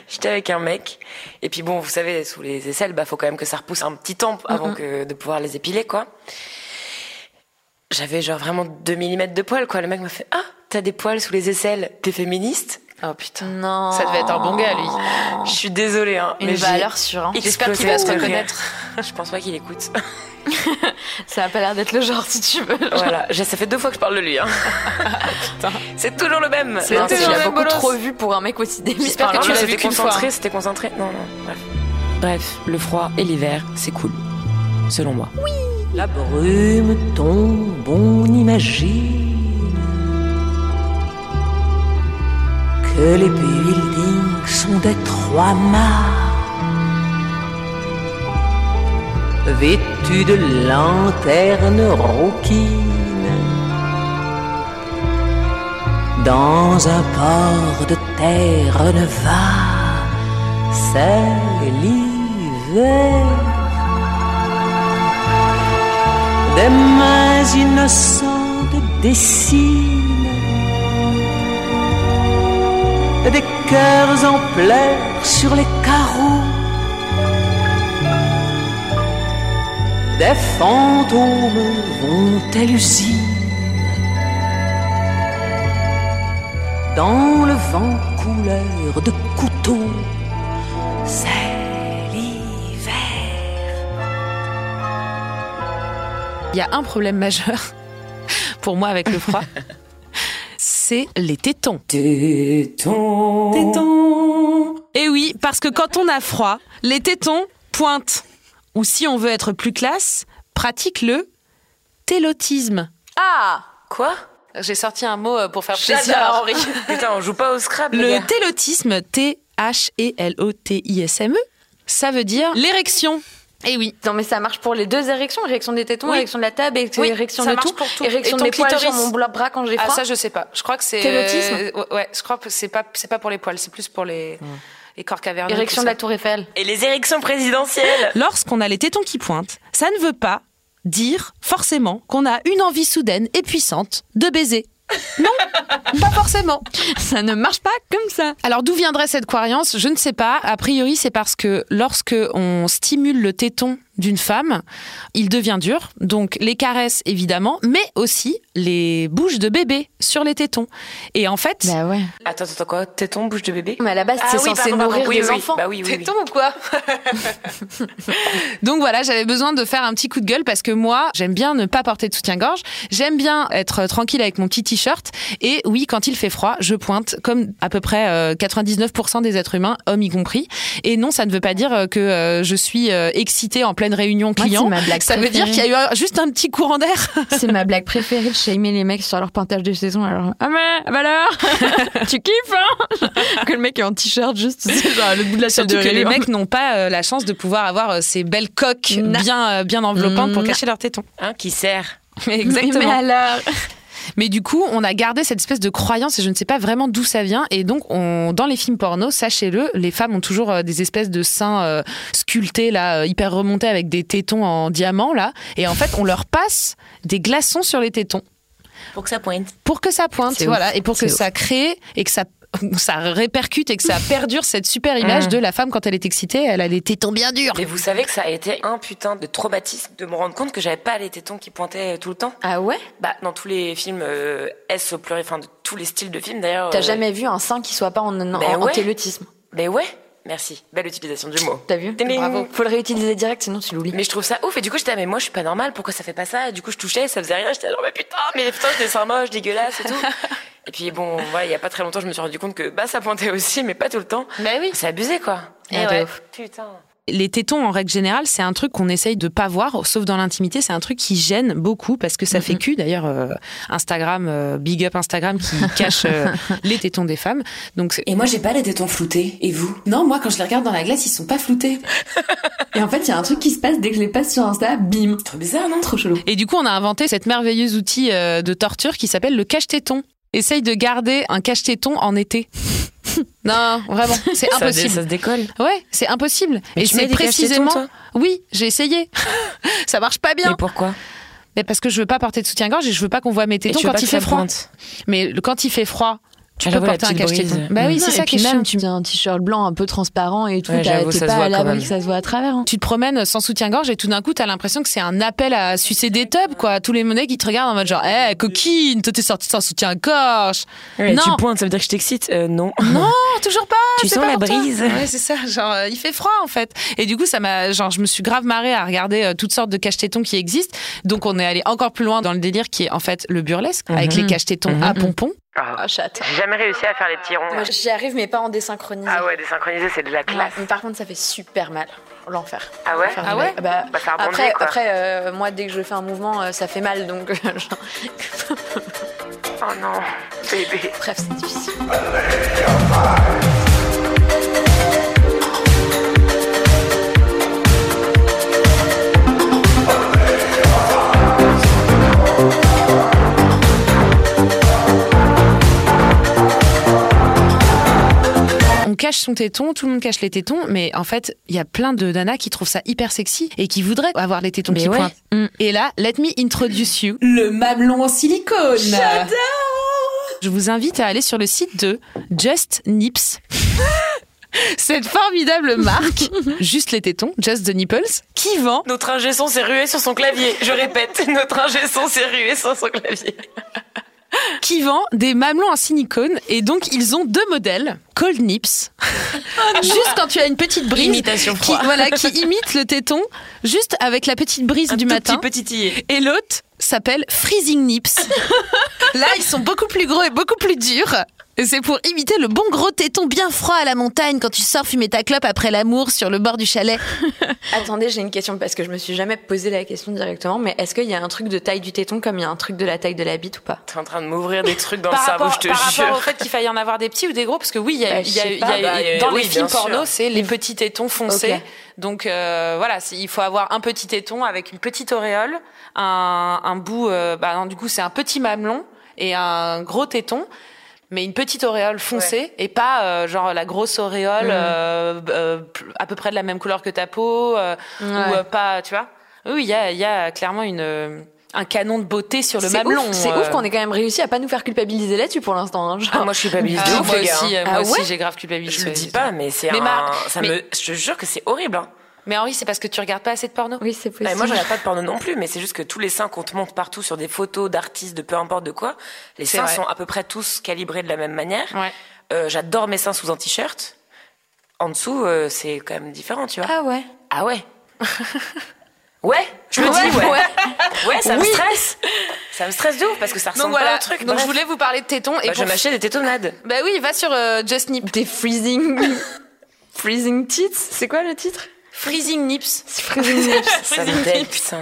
Speaker 1: J'étais avec un mec, et puis bon, vous savez, sous les aisselles, bah, faut quand même que ça repousse un petit temps avant que de pouvoir les épiler, quoi. J'avais genre vraiment 2 mm de poils, quoi. Le mec m'a fait Ah, t'as des poils sous les aisselles, t'es féministe
Speaker 2: Oh putain.
Speaker 3: Non.
Speaker 2: Ça devait être un bon gars, lui.
Speaker 4: Oh,
Speaker 1: Je suis désolée, hein.
Speaker 3: Une
Speaker 1: mais j'ai
Speaker 3: valeur sûre. hein.
Speaker 2: J'espère qu'il
Speaker 1: explosé
Speaker 2: va se
Speaker 1: de rire.
Speaker 2: reconnaître.
Speaker 1: Ah, Je pense pas qu'il écoute.
Speaker 3: Ça a pas l'air d'être le genre, si tu veux.
Speaker 1: *laughs* voilà, J'ai- ça fait deux fois que je parle de lui, hein. C'est toujours le même.
Speaker 2: C'est
Speaker 1: Non, il
Speaker 2: toujours
Speaker 3: tu
Speaker 1: a
Speaker 2: le
Speaker 3: l'as
Speaker 2: même
Speaker 3: beaucoup
Speaker 2: bolos.
Speaker 3: trop vu pour un mec aussi débile.
Speaker 2: J'espère que
Speaker 1: Alors
Speaker 2: tu
Speaker 1: non,
Speaker 2: l'as
Speaker 1: c'était
Speaker 2: vu qu'une fois.
Speaker 3: hein.
Speaker 1: concentré, c'était concentré. Non, non, bref. Bref, le froid et l'hiver, c'est cool. Selon moi.
Speaker 9: La brume tombe, on imagine que les buildings sont des trois mâts, vêtus de lanternes rouquines, dans un port de terre va, c'est l'hiver. Des mains innocentes dessinent Des cœurs en pleurs sur les carreaux Des fantômes vont à l'usine dans le vent couleur de couteau. C'est l'hiver.
Speaker 4: Il y a un problème majeur *laughs* pour moi avec le froid. C'est les tétons.
Speaker 9: Téton.
Speaker 4: Et Eh oui, parce que quand on a froid, les tétons pointent. Ou si on veut être plus classe, pratique le télotisme.
Speaker 2: Ah
Speaker 1: Quoi
Speaker 2: J'ai sorti un mot euh, pour faire
Speaker 1: J'adore.
Speaker 2: plaisir à Henri.
Speaker 1: *laughs* Putain, on joue pas au Scrabble. les
Speaker 4: Le
Speaker 1: gars.
Speaker 4: télotisme, E T-H-E-L-O-T-I-S-M-E, E, ça veut dire l'érection. Et oui,
Speaker 10: Non, mais ça marche pour les deux érections, érection des tétons,
Speaker 2: Oui.
Speaker 10: érection de la table, érection,
Speaker 2: Oui,
Speaker 10: érection
Speaker 2: ça
Speaker 10: de
Speaker 2: marche
Speaker 10: tout,
Speaker 2: pour tout.
Speaker 10: érection
Speaker 2: Et ton
Speaker 10: des poils sur
Speaker 2: clitoris.
Speaker 10: mon bla- bras quand j'ai
Speaker 2: Ah
Speaker 10: froid.
Speaker 2: ça je sais pas. Je crois que c'est
Speaker 10: Télotisme
Speaker 2: euh, ouais, je crois que c'est pas c'est pas pour les poils, c'est plus pour les les corps caverneux.
Speaker 10: érection
Speaker 2: tout
Speaker 10: de la
Speaker 2: ça.
Speaker 10: tour Eiffel.
Speaker 1: Et les érections présidentielles.
Speaker 4: lorsqu'on a les tétons qui pointent, ça ne veut pas dire forcément qu'on a une envie soudaine et puissante de baiser. Non, *laughs* pas forcément.
Speaker 3: Ça ne marche pas comme ça.
Speaker 4: Alors d'où viendrait cette croyance Je ne sais pas. A priori, c'est parce que lorsque on stimule le téton d'une femme, il devient dur. Donc les caresses évidemment, mais aussi les bouches de bébé sur les tétons. Et en fait,
Speaker 3: Bah ouais.
Speaker 1: Attends, attends, quoi Téton, bouche de bébé
Speaker 10: Mais à la base,
Speaker 1: Ah
Speaker 10: c'est
Speaker 1: oui,
Speaker 10: censé
Speaker 1: pardon, pardon.
Speaker 10: nourrir
Speaker 1: Oui,
Speaker 10: des
Speaker 1: oui,
Speaker 10: enfants.
Speaker 1: bah oui, oui, oui.
Speaker 10: Tétons ou quoi
Speaker 4: Donc voilà, j'avais besoin de faire un petit coup de gueule parce que moi, j'aime bien ne pas porter de soutien-gorge, j'aime bien être tranquille avec mon petit t-shirt et oui, quand il fait froid, je pointe comme à peu près euh, 99% des êtres humains, hommes y compris. Et non, ça ne veut pas dire euh, que euh, je suis euh, excitée en pleine réunion
Speaker 3: Moi,
Speaker 4: client.
Speaker 3: c'est ma blague
Speaker 4: ça veut dire
Speaker 3: préférée.
Speaker 4: qu'il y a eu un- juste un petit courant d'air.
Speaker 3: C'est ma blague préférée de shamer les mecs sur leur pointage de saison. Alors, ah mais, bah alors, tu kiffes, hein Que le mec est en t-shirt juste, c'est genre le bout de la salle de
Speaker 4: Surtout que les
Speaker 3: réunion.
Speaker 4: mecs n'ont pas euh, la chance de pouvoir avoir euh, ces belles coques bien, euh, bien enveloppantes pour
Speaker 3: Non.
Speaker 4: cacher leurs tétons.
Speaker 1: Hein, qui sert
Speaker 4: Exactement.
Speaker 3: Mais alors
Speaker 4: Mais du coup, on a gardé cette espèce de croyance et je ne sais pas vraiment d'où ça vient. Et donc, on, dans les films porno, sachez-le, les femmes ont toujours euh, des espèces de seins euh, sculptés, là, euh, hyper remontés avec des tétons en diamant, là. Et en fait, on leur passe des glaçons sur les tétons
Speaker 1: Pour que ça pointe.
Speaker 4: pour que ça pointe,
Speaker 3: C'est
Speaker 4: voilà,
Speaker 3: ouf,
Speaker 4: et pour que
Speaker 3: c'est
Speaker 4: ça crée et que ça *laughs* ça répercute et *laughs* que ça perdure cette super image de la femme quand elle est excitée, elle a les tétons bien durs.
Speaker 1: Mais vous savez que ça a été un putain de traumatisme de me rendre compte que j'avais pas les tétons qui pointaient tout le temps.
Speaker 10: Ah ouais
Speaker 1: Bah, dans tous les films euh, S au pluriel, enfin, de tous les styles de films d'ailleurs.
Speaker 10: T'as
Speaker 1: euh,
Speaker 10: jamais vu un sein qui soit pas en, en,
Speaker 1: Ben
Speaker 10: en
Speaker 1: ouais.
Speaker 10: télotisme
Speaker 1: Mais Ben ouais, merci. Belle utilisation du mot.
Speaker 10: T'as vu
Speaker 1: Ding.
Speaker 10: Bravo. Faut le réutiliser direct, sinon tu l'oublies.
Speaker 1: Mais je trouve ça ouf. Et du coup, j'étais, ah, mais moi, je suis pas normale. Pourquoi ça fait pas ça? Et du coup, je touchais, ça faisait rien. J'étais, genre, mais putain, mais putain, j'ai des seins moches, dégueulasses et
Speaker 2: *laughs*
Speaker 1: tout. et puis, bon, voilà, il y a pas très longtemps, je me suis rendu compte que, bah, ça pointait aussi, mais pas tout le temps.
Speaker 2: Bah oui. Eh
Speaker 1: C'est abusé, quoi.
Speaker 10: Ah, de ouf.
Speaker 1: Putain.
Speaker 4: les tétons en règle générale, c'est un truc qu'on essaye de pas voir, sauf dans l'intimité, c'est un truc qui gêne beaucoup parce que ça fait cul. D'ailleurs, euh, Instagram, euh, big up Instagram
Speaker 1: *laughs*
Speaker 4: qui cache euh, les tétons des femmes. Donc c'est-
Speaker 5: Et moi, j'ai pas les tétons floutés. Et vous Non, moi, quand je les regarde dans la glace, ils sont pas floutés. et en fait, il y a un truc qui se passe dès que je les passe sur Insta, bim. Trop bizarre, non Trop chelou.
Speaker 4: et du coup, on a inventé cette merveilleuse outil euh, de torture qui s'appelle le cache-téton. Essaye de garder un cache-téton en été. *laughs* non, vraiment, c'est impossible.
Speaker 1: se décolle.
Speaker 4: Ouais, c'est impossible. et
Speaker 1: tu mets
Speaker 4: c'est
Speaker 1: des cache-tétons,
Speaker 4: précisément.
Speaker 1: toi
Speaker 4: oui, j'ai essayé. *laughs* ça marche pas bien.
Speaker 1: Mais pourquoi?
Speaker 4: Mais parce que je veux pas porter de soutien-gorge et je veux pas qu'on voit mes tétons
Speaker 1: tu veux pas
Speaker 4: quand il
Speaker 1: que
Speaker 4: fait
Speaker 1: ça
Speaker 4: froid.
Speaker 1: pointe.
Speaker 4: Mais le- quand il fait froid, tu
Speaker 1: Ah,
Speaker 4: peux
Speaker 1: j'avoue, la
Speaker 4: porter un
Speaker 1: petite
Speaker 4: cache-téton.
Speaker 1: brise.
Speaker 4: Bah oui,
Speaker 3: Non,
Speaker 4: c'est
Speaker 3: et
Speaker 4: ça qui
Speaker 3: puis
Speaker 4: est
Speaker 3: même,
Speaker 4: chiant.
Speaker 3: tu as un t-shirt blanc un peu transparent et tout,
Speaker 1: Ouais,
Speaker 3: t'as-
Speaker 1: j'avoue,
Speaker 3: t'es
Speaker 1: ça
Speaker 3: pas
Speaker 1: se voit
Speaker 3: à
Speaker 1: quand
Speaker 3: l'abri
Speaker 1: même.
Speaker 3: que ça se voit à travers. hein.
Speaker 4: Tu te promènes sans soutien-gorge et tout d'un coup, t'as l'impression que c'est un appel à sucer des tubs, quoi. Tous les monnaies qui te regardent en mode genre, hé, coquine, toi t'es sortie sans soutien-gorge. non,
Speaker 1: Tu pointes, ça veut dire que je t'excite? Euh, non.
Speaker 4: non, toujours pas.
Speaker 1: Tu
Speaker 4: c'est
Speaker 1: sens
Speaker 4: pas
Speaker 1: la
Speaker 4: pour toi.
Speaker 1: brise.
Speaker 4: Ouais, c'est ça. Genre, euh, il fait froid, en fait. Et du coup, ça m'a, genre, je me suis grave marrée à regarder euh, toutes sortes de cache-tétons qui existent. Donc, on est allé encore plus loin dans le délire qui est, en fait, le burlesque, avec les cache-tétons à pompons.
Speaker 10: Ah, chatte.
Speaker 1: J'ai jamais réussi à faire les petits ronds. Ah
Speaker 10: Moi, j'y arrive, mais pas en désynchronisé.
Speaker 1: ouais, désynchronisé, c'est de la
Speaker 10: Ouais, mais par contre, ça fait super mal. L'enfer.
Speaker 1: Ah ouais
Speaker 10: Faire
Speaker 4: Ah
Speaker 10: du
Speaker 4: ouais
Speaker 10: mal. bah,
Speaker 1: Bah, ça rebondit,
Speaker 10: Après,
Speaker 1: quoi.
Speaker 10: après euh, moi, dès que je fais un mouvement, euh, ça fait mal, donc. euh, *laughs* genre,
Speaker 1: Oh non, bébé.
Speaker 10: Bref, c'est difficile.
Speaker 4: On cache son téton, tout le monde cache les tétons, mais en fait, il y a plein de nanas qui trouvent ça hyper sexy et qui voudraient avoir les tétons
Speaker 1: Mais
Speaker 4: qui
Speaker 1: ouais.
Speaker 4: pointent.
Speaker 3: Mm.
Speaker 4: Et là, let me introduce you.
Speaker 5: Le mamelon en silicone.
Speaker 4: Je vous invite à aller sur le site de Just Nips. *laughs* Cette formidable marque,
Speaker 1: *laughs*
Speaker 4: juste les tétons, Just the Nipples, qui vend
Speaker 1: *laughs* Notre *laughs* ingé son s'est rué sur son clavier. Je répète, notre ingé son s'est rué sur son clavier.
Speaker 4: qui vend des mamelons en silicone. Et donc, ils ont deux modèles.
Speaker 1: *laughs*
Speaker 4: Cold Nips.
Speaker 1: Oh
Speaker 4: juste quand tu as une petite brise.
Speaker 1: Imitation
Speaker 4: qui,
Speaker 1: froid.
Speaker 4: voilà, qui imite le téton, juste avec la petite brise
Speaker 1: Un
Speaker 4: du
Speaker 1: tout
Speaker 4: matin.
Speaker 1: petit petit
Speaker 4: Et l'autre s'appelle Freezing
Speaker 3: *laughs*
Speaker 4: Nips. Là, ils sont beaucoup plus gros et beaucoup plus durs. Et c'est pour imiter le bon gros téton bien froid à la montagne quand tu sors fumer ta clope après l'amour sur le bord du chalet.
Speaker 10: Attendez, j'ai une question parce que je me suis jamais posé la question directement, mais est-ce qu'il y a un truc de taille du téton comme il y a un truc de la taille de la bite ou pas
Speaker 1: T'es en train de m'ouvrir des trucs dans le
Speaker 2: Par
Speaker 1: cerveau,
Speaker 2: rapport,
Speaker 1: je te
Speaker 2: par rapport au
Speaker 1: jure.
Speaker 2: fait qu'il faille en avoir des petits ou des gros, parce que oui, il y a,
Speaker 10: Bah,
Speaker 2: il
Speaker 10: je
Speaker 2: y a-
Speaker 10: sais
Speaker 2: il y
Speaker 10: pas,
Speaker 2: a-
Speaker 1: bah, euh,
Speaker 2: dans les
Speaker 1: oui,
Speaker 2: films
Speaker 1: bien sûr.
Speaker 2: porno, c'est les petits tétons foncés.
Speaker 10: Mm. Ok.
Speaker 2: Donc euh, voilà, c'est- il faut avoir un petit téton avec une petite auréole, un, un bout, euh, bah non, du coup c'est un petit mamelon et un gros téton. Mais une petite auréole foncée et pas euh, genre la grosse auréole
Speaker 10: Mm.
Speaker 2: euh, euh, pl- à peu près de la même couleur que ta peau euh, ou euh, pas, tu vois. Oui, il y a, il y a clairement une, euh, un canon de beauté sur le
Speaker 10: C'est
Speaker 2: mamelon.
Speaker 10: ouf, c'est
Speaker 2: euh.
Speaker 10: ouf qu'on ait quand même réussi à pas nous faire culpabiliser là-dessus pour l'instant. hein, genre.
Speaker 1: Ah, moi, je suis pas bise
Speaker 2: Ah,
Speaker 1: de ouf,
Speaker 2: moi
Speaker 1: les gars.
Speaker 2: aussi,
Speaker 1: hein.
Speaker 2: euh, moi
Speaker 10: Ah ouais
Speaker 2: aussi j'ai grave
Speaker 1: Je
Speaker 2: culpabilisé.
Speaker 1: te dis pas, mais c'est
Speaker 2: Mais
Speaker 1: un.
Speaker 2: Marc,
Speaker 1: ça
Speaker 2: mais-
Speaker 1: me... Je te jure que c'est horrible. Hein.
Speaker 2: Mais Henri, c'est parce que tu regardes pas assez de porno.
Speaker 10: Oui, c'est
Speaker 1: Ah,
Speaker 10: possible.
Speaker 1: et moi, je regarde pas de porno non plus, mais c'est juste que tous les seins qu'on te montre partout sur des photos d'artistes, de peu importe de quoi, les
Speaker 2: C'est
Speaker 1: seins
Speaker 2: vrai.
Speaker 1: sont à peu près tous calibrés de la même manière.
Speaker 2: Ouais.
Speaker 1: Euh, J'adore mes seins sous un t-shirt. En dessous, euh, c'est quand même différent, tu vois.
Speaker 10: Ah ouais.
Speaker 1: Ah ouais *laughs* Ouais, je me dis ouais. Ouais, ça me stresse. Ça me stresse de ouf parce que ça ressemble
Speaker 2: Donc voilà,
Speaker 1: pas au truc.
Speaker 2: donc
Speaker 1: Bref.
Speaker 2: je voulais vous parler de tétons et
Speaker 1: Bah, je
Speaker 2: pour-
Speaker 1: m'achetais des tétonnades.
Speaker 2: Bah oui, va sur euh, Just Nip.
Speaker 10: Des
Speaker 1: *laughs*
Speaker 10: freezing. freezing tits C'est quoi le titre
Speaker 2: Freezing Nips.
Speaker 10: C'est freezing
Speaker 1: *laughs*
Speaker 10: nips.
Speaker 1: Ça me dègue, putain.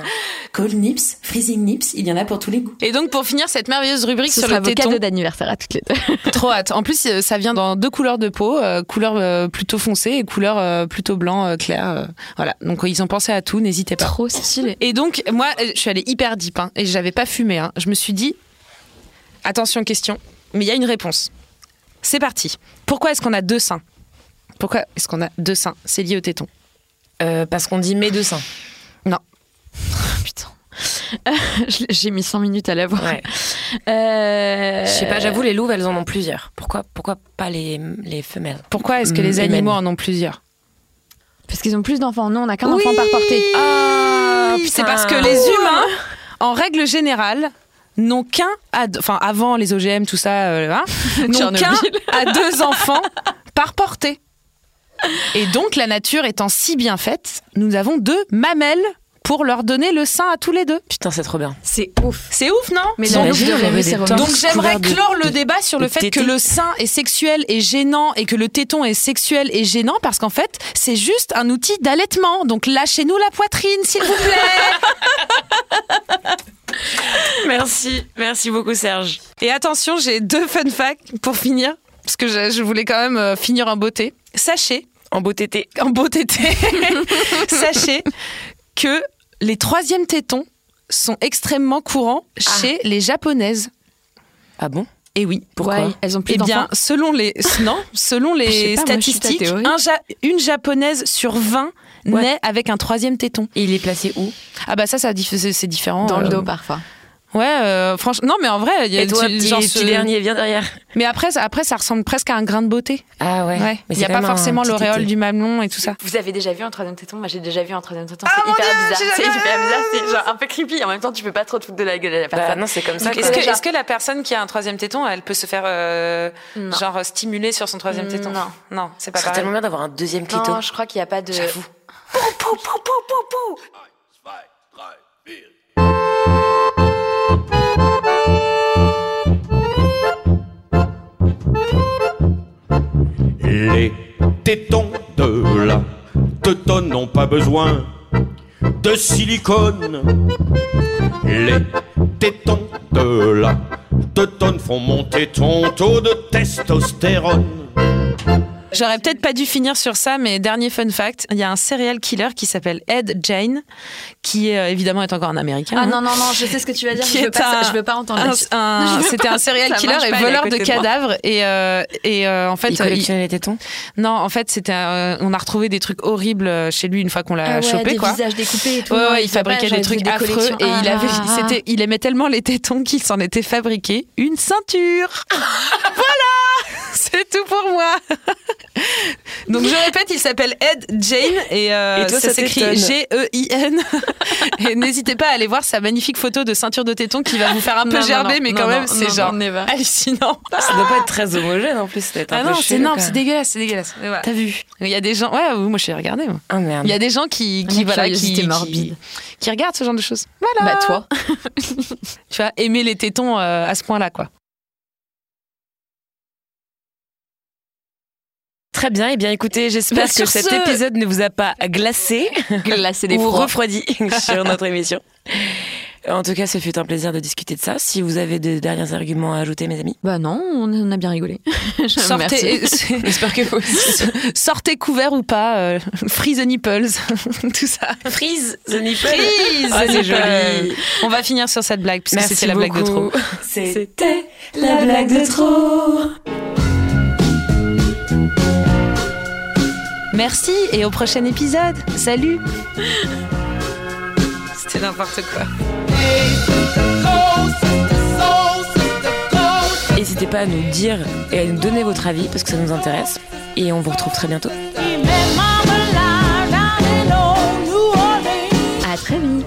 Speaker 5: Cold Nips, Freezing Nips, il y en a pour tous les goûts.
Speaker 4: Et donc, pour finir cette merveilleuse rubrique
Speaker 3: Ce
Speaker 4: sur
Speaker 3: sera
Speaker 4: le
Speaker 3: vos
Speaker 4: téton,
Speaker 3: cadeaux d'anniversaire à toutes les deux.
Speaker 4: trop hâte. En plus, euh, ça vient dans deux couleurs de peau, euh, couleur euh, plutôt foncée et couleur euh, plutôt blanc euh, clair. euh, voilà, donc euh, ils ont pensé à tout, n'hésitez pas.
Speaker 3: Trop stylé. *laughs*
Speaker 4: Et donc, moi, euh, je suis allée hyper deep hein, et j'avais pas fumé. hein. Je me suis dit, attention, question, mais il y a une réponse. C'est parti. Pourquoi est-ce qu'on a deux seins Pourquoi est-ce qu'on a deux seins C'est lié au téton.
Speaker 1: Euh, parce qu'on dit mes deux seins.
Speaker 3: Putain. *laughs* Je l'ai- J'ai mis 100 minutes à l'avoir.
Speaker 1: Ouais.
Speaker 3: Euh,
Speaker 1: Je sais pas, j'avoue, les louves, elles en ont plusieurs. Pourquoi, pourquoi pas les, les femelles
Speaker 4: Pourquoi est-ce que
Speaker 1: Mm,
Speaker 4: les
Speaker 1: humaine.
Speaker 4: animaux en ont plusieurs
Speaker 3: Parce qu'ils ont plus d'enfants. Nous, on a qu'un enfant par portée.
Speaker 4: Ah,
Speaker 1: putain.
Speaker 4: C'est parce que les humains, en règle générale, n'ont qu'un à deux- enfin avant les OGM tout ça euh, hein, n'ont
Speaker 3: Tchernobyl.
Speaker 4: qu'un à deux enfants par portée. Et donc la nature étant si bien faite, nous avons deux mamelles pour leur donner le sein à tous les deux.
Speaker 1: Putain, c'est trop bien.
Speaker 3: C'est ouf.
Speaker 4: C'est ouf, non
Speaker 3: Mais
Speaker 1: T'imagines,
Speaker 3: dans l'oubli, on
Speaker 1: j'aurais
Speaker 3: avait
Speaker 1: des
Speaker 3: ces
Speaker 1: temps.
Speaker 3: remarques.
Speaker 4: donc j'aimerais
Speaker 1: couvert de-
Speaker 4: clore le débat sur
Speaker 1: de
Speaker 4: le fait que
Speaker 1: tétés.
Speaker 4: le sein est sexuel et gênant et que le téton est sexuel et gênant parce qu'en fait c'est juste un outil d'allaitement. Donc lâchez-nous la poitrine s'il vous plaît.
Speaker 1: Merci, merci beaucoup, Serge.
Speaker 4: Et attention, j'ai deux fun facts pour finir, parce que je, je voulais quand même euh, finir en beauté. Sachez,
Speaker 1: En beau tété.
Speaker 4: *laughs* en beau tété, sachez que les troisièmes tétons sont extrêmement courants
Speaker 3: Ah.
Speaker 4: chez les japonaises.
Speaker 1: Ah bon
Speaker 4: Et oui.
Speaker 1: Pourquoi
Speaker 3: Ouais, elles ont plus
Speaker 4: Eh
Speaker 3: d'enfants.
Speaker 4: bien, selon les non, selon
Speaker 3: Je sais
Speaker 4: les
Speaker 3: pas, moi, je suis ta
Speaker 4: statistiques,
Speaker 3: théorie.
Speaker 4: un Ja- une japonaise sur 20
Speaker 1: Ouais.
Speaker 4: naît avec un troisième téton.
Speaker 1: Et il est placé où
Speaker 4: Ah bah ça, ça diff- c'est c'est différent.
Speaker 3: Dans le
Speaker 4: euh,
Speaker 3: dos parfois.
Speaker 4: Ouais, euh, franchement, non mais en vrai, il y a
Speaker 1: Et toi,
Speaker 4: tu-
Speaker 1: petit,
Speaker 4: genre
Speaker 1: petit
Speaker 4: ce-
Speaker 1: dernier, viens derrière.
Speaker 4: Mais après, ça- après, ça ressemble presque à un grain de beauté.
Speaker 1: Ah ouais.
Speaker 4: Ouais. Il n'y a pas forcément l'auréole du mamelon et tout ça.
Speaker 10: Vous avez déjà vu un troisième téton Moi, j'ai déjà vu un troisième téton.
Speaker 3: Ah
Speaker 10: c'est hyper bizarre. C'est hyper bizarre. C'est genre un peu creepy. En même temps, tu peux pas trop te foutre de la gueule à la
Speaker 1: Bah
Speaker 10: personne.
Speaker 1: non, c'est comme ça.
Speaker 10: Donc,
Speaker 1: que-
Speaker 2: Est-ce
Speaker 10: Ouais,
Speaker 2: que,
Speaker 10: déjà.
Speaker 2: est-ce que la personne qui a un troisième téton, elle peut se faire euh,
Speaker 10: Non.
Speaker 2: genre stimuler sur son troisième téton
Speaker 10: Non.
Speaker 2: non, c'est pas
Speaker 1: Ça serait
Speaker 2: pareil.
Speaker 1: tellement bien d'avoir un deuxième clito.
Speaker 10: Non, je crois qu'il y a pas de.
Speaker 6: Les tétons de la teutonne n'ont pas besoin de silicone. Les tétons de la teutonne font monter ton taux de testostérone.
Speaker 4: J'aurais peut-être pas dû finir sur ça, mais dernier fun fact, il y a un serial killer qui s'appelle Ed Jane, qui euh, évidemment est encore un Américain.
Speaker 3: Ah
Speaker 4: hein,
Speaker 3: non, non, non, je sais ce que tu vas dire.
Speaker 4: qui
Speaker 3: Je veux,
Speaker 4: est
Speaker 3: pas, ça-
Speaker 4: un-
Speaker 3: je veux pas entendre
Speaker 4: un-
Speaker 3: la suite.
Speaker 4: un-
Speaker 3: Je veux
Speaker 4: C'était
Speaker 3: pas.
Speaker 2: *laughs*
Speaker 4: un serial
Speaker 3: Ça
Speaker 4: killer
Speaker 3: marche
Speaker 4: et
Speaker 3: pas, elle est à
Speaker 4: voleur de
Speaker 3: côté de moi.
Speaker 4: cadavres et euh, et euh, en fait
Speaker 1: Il
Speaker 4: euh, il-
Speaker 1: collectionnait les tétons
Speaker 4: non en fait c'était euh, on a retrouvé des trucs horribles euh, chez lui une fois qu'on l'a
Speaker 3: Ah ouais,
Speaker 4: chopé
Speaker 3: des
Speaker 4: quoi.
Speaker 3: visages découpés et tout.
Speaker 4: Ouais,
Speaker 3: Non,
Speaker 4: ouais, il
Speaker 3: c'est vrai,
Speaker 4: fabriquait des
Speaker 3: j'avais vu
Speaker 4: trucs affreux
Speaker 3: collections.
Speaker 4: et il
Speaker 3: Ah,
Speaker 4: avait,
Speaker 3: ah, ah.
Speaker 4: c'était, il aimait tellement les tétons qu'il s'en était fabriqué une ceinture. voilà, c'est tout pour moi. Donc je répète, il s'appelle Ed Jane et, euh,
Speaker 1: Et toi,
Speaker 4: ça
Speaker 1: ça
Speaker 4: s'écrit
Speaker 1: t'étonne.
Speaker 4: G-E-I-N. et n'hésitez pas à aller voir sa magnifique photo de ceinture de téton
Speaker 3: *laughs*
Speaker 4: qui va vous faire un peu
Speaker 2: Non, non,
Speaker 4: gerber,
Speaker 2: non,
Speaker 4: mais
Speaker 2: non,
Speaker 4: quand
Speaker 2: non,
Speaker 4: même,
Speaker 2: non,
Speaker 4: c'est
Speaker 2: non,
Speaker 4: genre
Speaker 2: on y va.
Speaker 4: hallucinant.
Speaker 1: Ça doit pas être très homogène en plus, ça doit être un
Speaker 4: Ah
Speaker 1: peu
Speaker 4: non, c'est
Speaker 1: chelou,
Speaker 4: énorme,
Speaker 1: quoi.
Speaker 4: c'est dégueulasse, c'est dégueulasse. Mais voilà.
Speaker 1: T'as vu
Speaker 4: Il y a des gens, ouais, moi je suis regardé.
Speaker 1: Ah merde.
Speaker 4: Il y a des gens qui,
Speaker 3: Il y
Speaker 4: qui
Speaker 3: a
Speaker 4: voilà, qui,
Speaker 3: curiosité
Speaker 4: qui-
Speaker 3: morbide.
Speaker 4: qui regardent ce genre de choses. Voilà.
Speaker 3: Bah, toi.
Speaker 4: *laughs* tu as aimé les tétons euh, à ce point-là, quoi.
Speaker 1: Très bien, et bien écoutez, j'espère
Speaker 4: Bah,
Speaker 1: que
Speaker 4: sur
Speaker 1: cet
Speaker 4: ce-
Speaker 1: épisode ne vous a pas *laughs* glacé
Speaker 10: Glacé des
Speaker 1: ou
Speaker 10: froids.
Speaker 1: *laughs* refroidi sur notre émission. En tout cas, ce fut un plaisir de discuter de ça. Si vous avez des derniers arguments à ajouter, mes amis.
Speaker 3: Bah non, on on a bien rigolé. *laughs* Je- merci.
Speaker 4: Sortez, euh,
Speaker 1: J'espère *laughs* que vous.
Speaker 4: sortez couverts ou pas, euh, *laughs* free the nipples, *laughs* tout ça.
Speaker 1: Freeze the nipple.
Speaker 4: Freeze
Speaker 1: Ah,
Speaker 4: the
Speaker 1: c'est
Speaker 4: nipple.
Speaker 1: joli.
Speaker 4: On va finir sur cette blague, puisque
Speaker 1: Merci
Speaker 4: c'était la blague de trop.
Speaker 1: beaucoup.
Speaker 4: *laughs*
Speaker 1: C'était la blague de trop.
Speaker 4: Merci et au prochain épisode. Salut *laughs* C'était n'importe quoi.
Speaker 1: N'hésitez pas à nous dire et à nous donner votre avis parce que ça nous intéresse. Et on vous retrouve très bientôt.
Speaker 3: À très vite.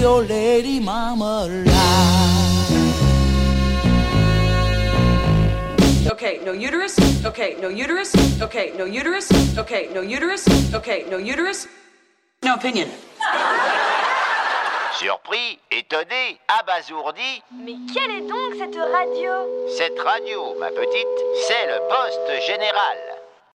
Speaker 9: Your lady mama lie.
Speaker 11: Okay, no uterus. Okay, no uterus. Okay, no uterus. Okay, no uterus. Okay, no uterus. No opinion.
Speaker 12: Surpris, étonné, abasourdi,
Speaker 7: Mais quelle est donc cette radio
Speaker 12: cette radio, ma petite, c'est le poste général.